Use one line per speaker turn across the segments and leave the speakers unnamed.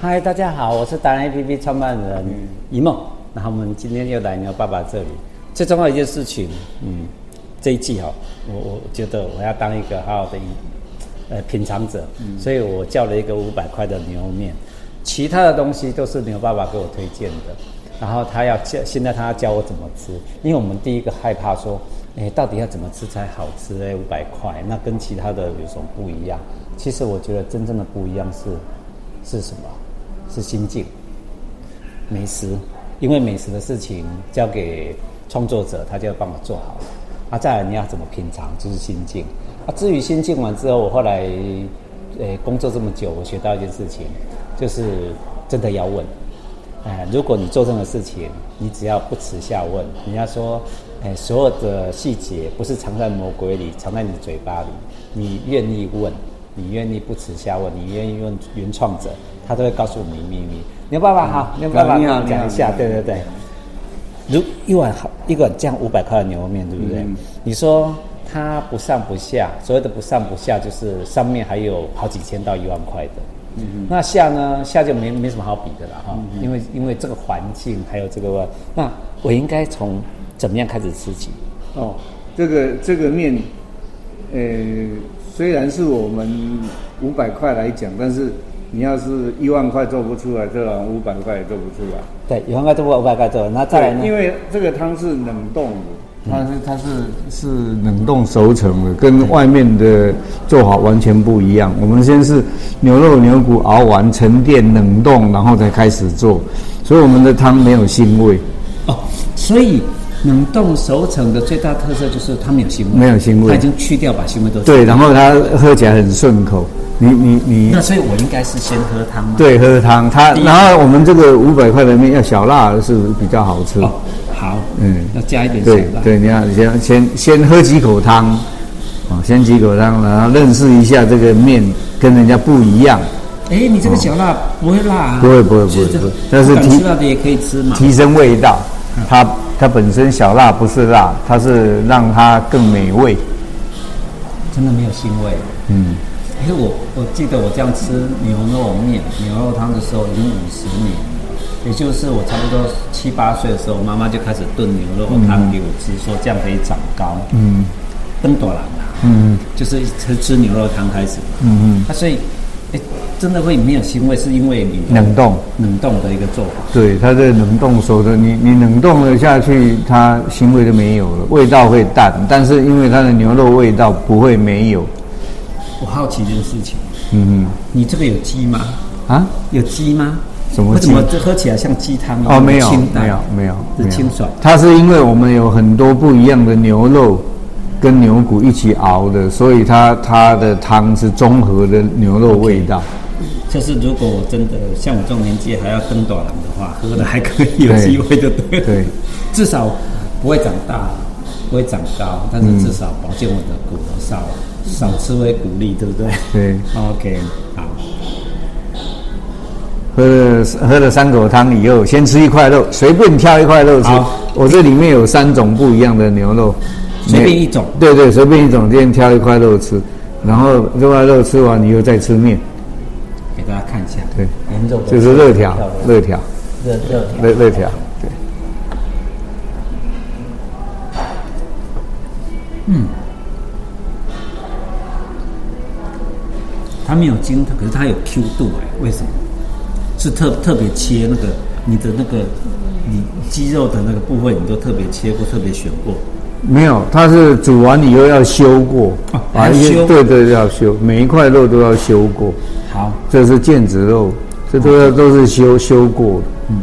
嗨，大家好，我是达人 APP 创办人一梦。那我们今天又来牛爸爸这里，最重要的一件事情，嗯，这一季哈、我我觉得我要当一个好好的一呃品尝者，所以我叫了一个五百块的牛肉面，其他的东西都是牛爸爸给我推荐的。然后他要教，现在他要教我怎么吃，因为我们第一个害怕说，哎，到底要怎么吃才好吃？哎，五百块，那跟其他的有什么不一样？其实我觉得真正的不一样是是什么？是心境。美食，因为美食的事情交给创作者，他就要帮我做好了。啊，再来你要怎么品尝，就是心境。啊，至于心境完之后，我后来，呃、工作这么久，我学到一件事情，就是真的要问。哎，如果你做任何事情，你只要不耻下问，人家说，哎，所有的细节不是藏在魔鬼里，藏在你的嘴巴里。你愿意问，你愿意不耻下问，你愿意问原创者，他都会告诉你秘密。牛爸爸好，牛爸爸，
你好
跟我讲一
你
下，
好
对对对。如一碗好一碗这样五百块的牛肉面，对不对？你说它不上不下，所谓的不上不下，就是上面还有好几千到一万块的。那下呢？下就没没什么好比的了哈，因为因为这个环境还有这个，那我应该从怎么样开始吃起？
哦，这个这个面，呃，虽然是我们五百块来讲，但是你要是一万块做不出来，这碗五百块也做不出来。
对，一万块做五百块做，那再来呢？嗯
对因为这个汤是冷冻的，它是它是是冷冻熟成的，跟外面的做法完全不一样。我们先是牛肉牛骨熬完沉淀冷冻，然后才开始做，所以我们的汤没有腥味，
哦，所以冷冻熟成的最大特色就是它没有腥味，
没有腥味
它已经去掉把腥味都去掉。
对，然后它喝起来很顺口。你你你
那所以我应该是先喝汤吗？
对，喝汤，它
第一
然后我们这个五百块的面要小辣是比较好吃。
哦，好，
嗯
要加一点
对
香辣。
对，你要先先先喝几口汤，哦，先几口汤，然后认识一下这个面跟人家不一样，
哎，你这个小辣不会辣啊？
哦不会不会
就是这
不会
个
不会但是
不敢
提
吃辣的也可以吃嘛。
提升味道。它它本身小辣不是辣，它是让它更美味。
真的没有腥味。
嗯，
哎，我我记得我这样吃牛肉面、牛肉汤的时候已经五十年了，也就是我差不多七八岁的时候，妈妈就开始炖牛肉汤给我吃，说这样可以长高。嗯，登朵郎啊，嗯，就是吃吃牛肉汤开始嘛。嗯嗯，那、所以，哎，真的会没有腥味，是因为你
冷冻，
冷冻的一个做法。
对，它这冷冻熟的，你你冷冻了下去，它腥味就没有了，味道会淡，但是因为它的牛肉味道不会没有。
我好奇一件事情，
嗯
你这个有鸡吗？
嗯啊。
有鸡吗？
什么
为什
鸡
么这喝起来像鸡汤一样
哦，没有
清，淡
没有，没有，
是
没有
清爽。
它是因为我们有很多不一样的牛肉跟牛骨一起熬的，所以它它的汤是综合的牛肉味道。
就是如果我真的像我这种年纪还要登短廊的话，喝的还可以有
对
机会就对了，
对，
至少不会长大，不会长高，但是至少保健我的骨头少少吃为鼓励，对不对？
对，
OK，好，
喝了喝了三口汤以后，先吃一块肉，随便挑一块肉吃
好。
我这里面有三种不一样的牛肉，
随便
每
一种
对对，随便一种，先挑一块肉吃，然后这块肉吃完以后再吃面。
给大家看一下，
对
连肉都
这是热条，热条，
热热条
热热条，对。
它没有筋，它可是它有 Q 度哎、为什么？是特特别切那个你的那个你肌肉的那个部位，你都特别切过，特别选过。
没有，它是煮完以后要修过
哦还要
一些
修
对对，要修，每一块肉都要修过。
好，
这是腱子肉，这都要都是修修过的。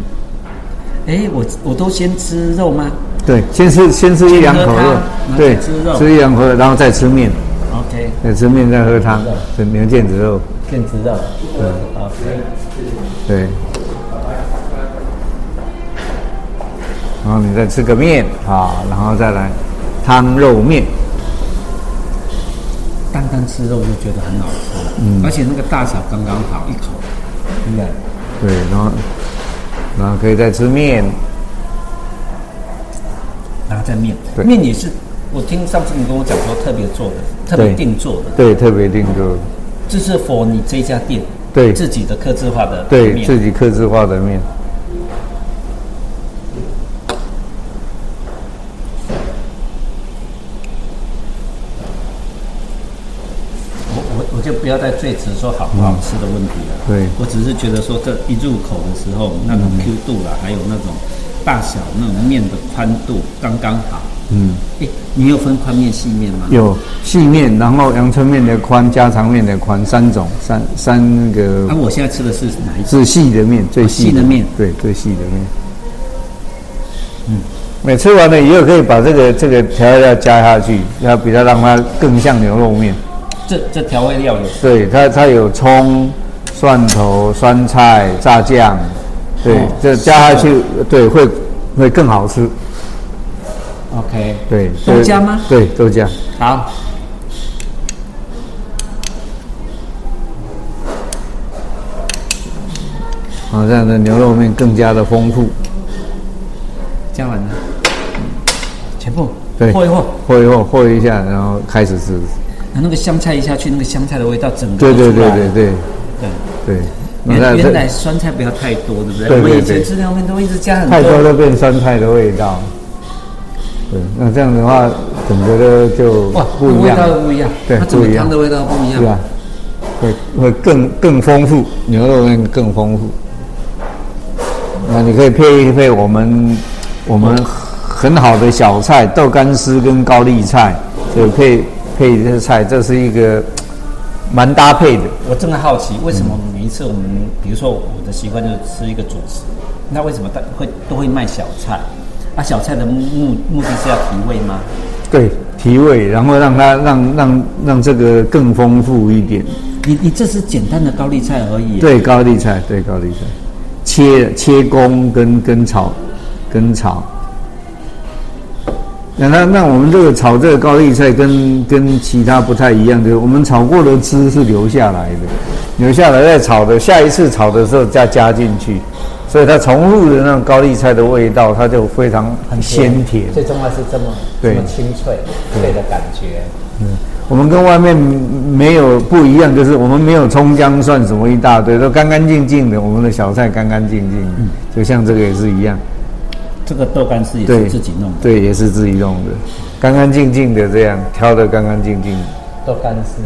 哎，我我都先吃肉吗
对，先吃先吃一两口
先喝
肉
汤，然
对
后再吃肉，
吃一两口肉，然后再吃面，
？OK，
再吃面再喝汤
对，
这牛腱子肉，
更知道。对，OK，
对。然后你再吃个面啊，然后再来汤肉面，
单单吃肉就觉得很好吃了，嗯，而且那个大小刚刚好，一口，对不对？
对，然后然后可以再吃面，
然后再面，
对
面也是，我听上次你跟我讲说特别做的，特别
对
定做的，
对，特别定格。
这是 for 你这家店，
对
自己的克制化的
对
面
自己克制化的面，
我我我就不要再最迟说好不好吃的问题了。
对嗯
我只是觉得说这一入口的时候，那种 Q 度啦，还有那种大小那种面的宽度刚刚好。
嗯，
哎，你有分宽面细面吗？
有细面，然后阳春面的宽、家常面的宽三种，三三个
啊，我现在吃的是哪一种？
是细的面，最细
哦细的面
对，最细的面。嗯，每吃完了以后，可以把这个这个调味料加下去，要比较让它更像牛肉面。
这这调味料有
对，它它有葱、蒜头、酸菜、炸酱，对
哦，
这加下去，对，会会更好吃。
OK，
对，
都
这
加吗？
对，都加。
好。
好，这样的牛肉面更加的丰富。
加完了，全部
对，
和一和。
和一和，和一下，然后开始吃。
那那个香菜一下去，那个香菜的味道整个
对
都
对
出
对
来
对
了
对
对
对。那
原
这
原来酸菜不要太多，对不对？
对对
我们以前
对
吃凉面都一直加很
太多都变酸菜的味道。对，那这样的话，整个的就
哇，
不一
味
样，
道不一样，
对
它整
不
个
一样
汤的味道不一样。
是吧？啊会会更更丰富，牛肉面更丰富。那你可以配一配我们我们很好的小菜豆干丝跟高丽菜，就配配这菜，这是一个蛮搭配的。
我真的好奇，为什么每一次我们，比如说我的习惯就是吃一个主食，那为什么大会都会卖小菜？啊，小菜的目目目的是要提味吗？
对，提味，然后让它让让让这个更丰富一点。
你你这是简单的高丽菜而已。
对，高丽菜，对高丽菜，切切工跟跟炒，跟炒。那那那我们这个炒这个高丽菜跟跟其他不太一样，就是我们炒过的汁是留下来的，留下来再炒的，下一次炒的时候再加进去，所以它重复的那种高丽菜的味道，它就非常很鲜甜。
最重要是这么这
对
么清脆脆的感觉。
我们跟外面没有不一样，就是我们没有葱姜蒜什么一大堆，都干干净净的。我们的小菜干干净净，
嗯
就像这个也是一样，
这个豆干丝也
对，
是自己弄的，
对，也是自己弄的，干干净净的这样挑的干干净净的。
豆干丝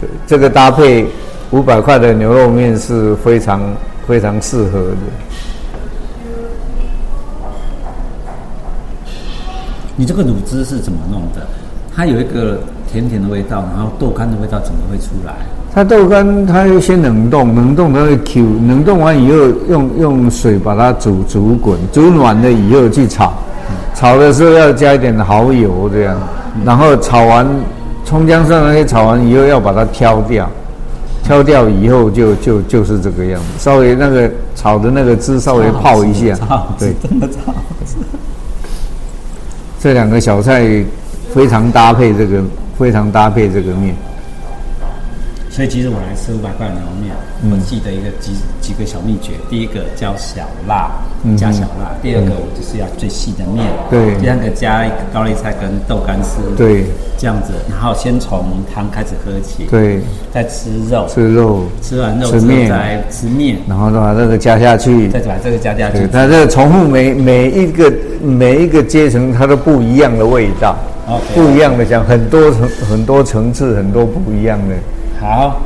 对，这个搭配五百块的牛肉面是非常非常适合的。
你这个卤汁是怎么弄的？它有一个甜甜的味道，然后豆干的味道怎么会出来？
它豆干它要先冷冻，冷冻它会 Q，冷冻完以后用用水把它煮煮滚，煮软了以后去炒，炒的时候要加一点蚝油这样，然后炒完葱姜蒜那些炒完以后要把它挑掉，挑掉以后就就就是这个样子，稍微那个炒的那个汁稍微泡一下
超好，吃
对，
真的超好吃。
这两个小菜非常搭配这个非常搭配这个面。
所以其实我来吃五百块牛肉面，
嗯
我记得一个几几个小秘诀。第一个叫小辣，加小辣；第二个我就是要最细的面，
嗯对
第三个加一个高丽菜跟豆干丝，
对，
这样子。然后先从汤开始喝起，，
对，
再吃肉，
吃肉，
吃完肉之
吃
后
面
再吃面，
然后把这个加下去，
再把这个加加进
对，
去。
它这个重复每每一个每一个阶层，它都不一样的味道
OK
不一样的讲很多层很多层次，很多不一样的。
好，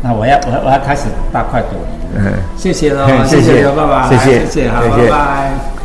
那我要我要我要开始大快朵颐了。
嗯，
谢谢喽
嘿，谢谢
刘爸爸，
谢谢
谢谢，好，
谢
拜
谢
拜。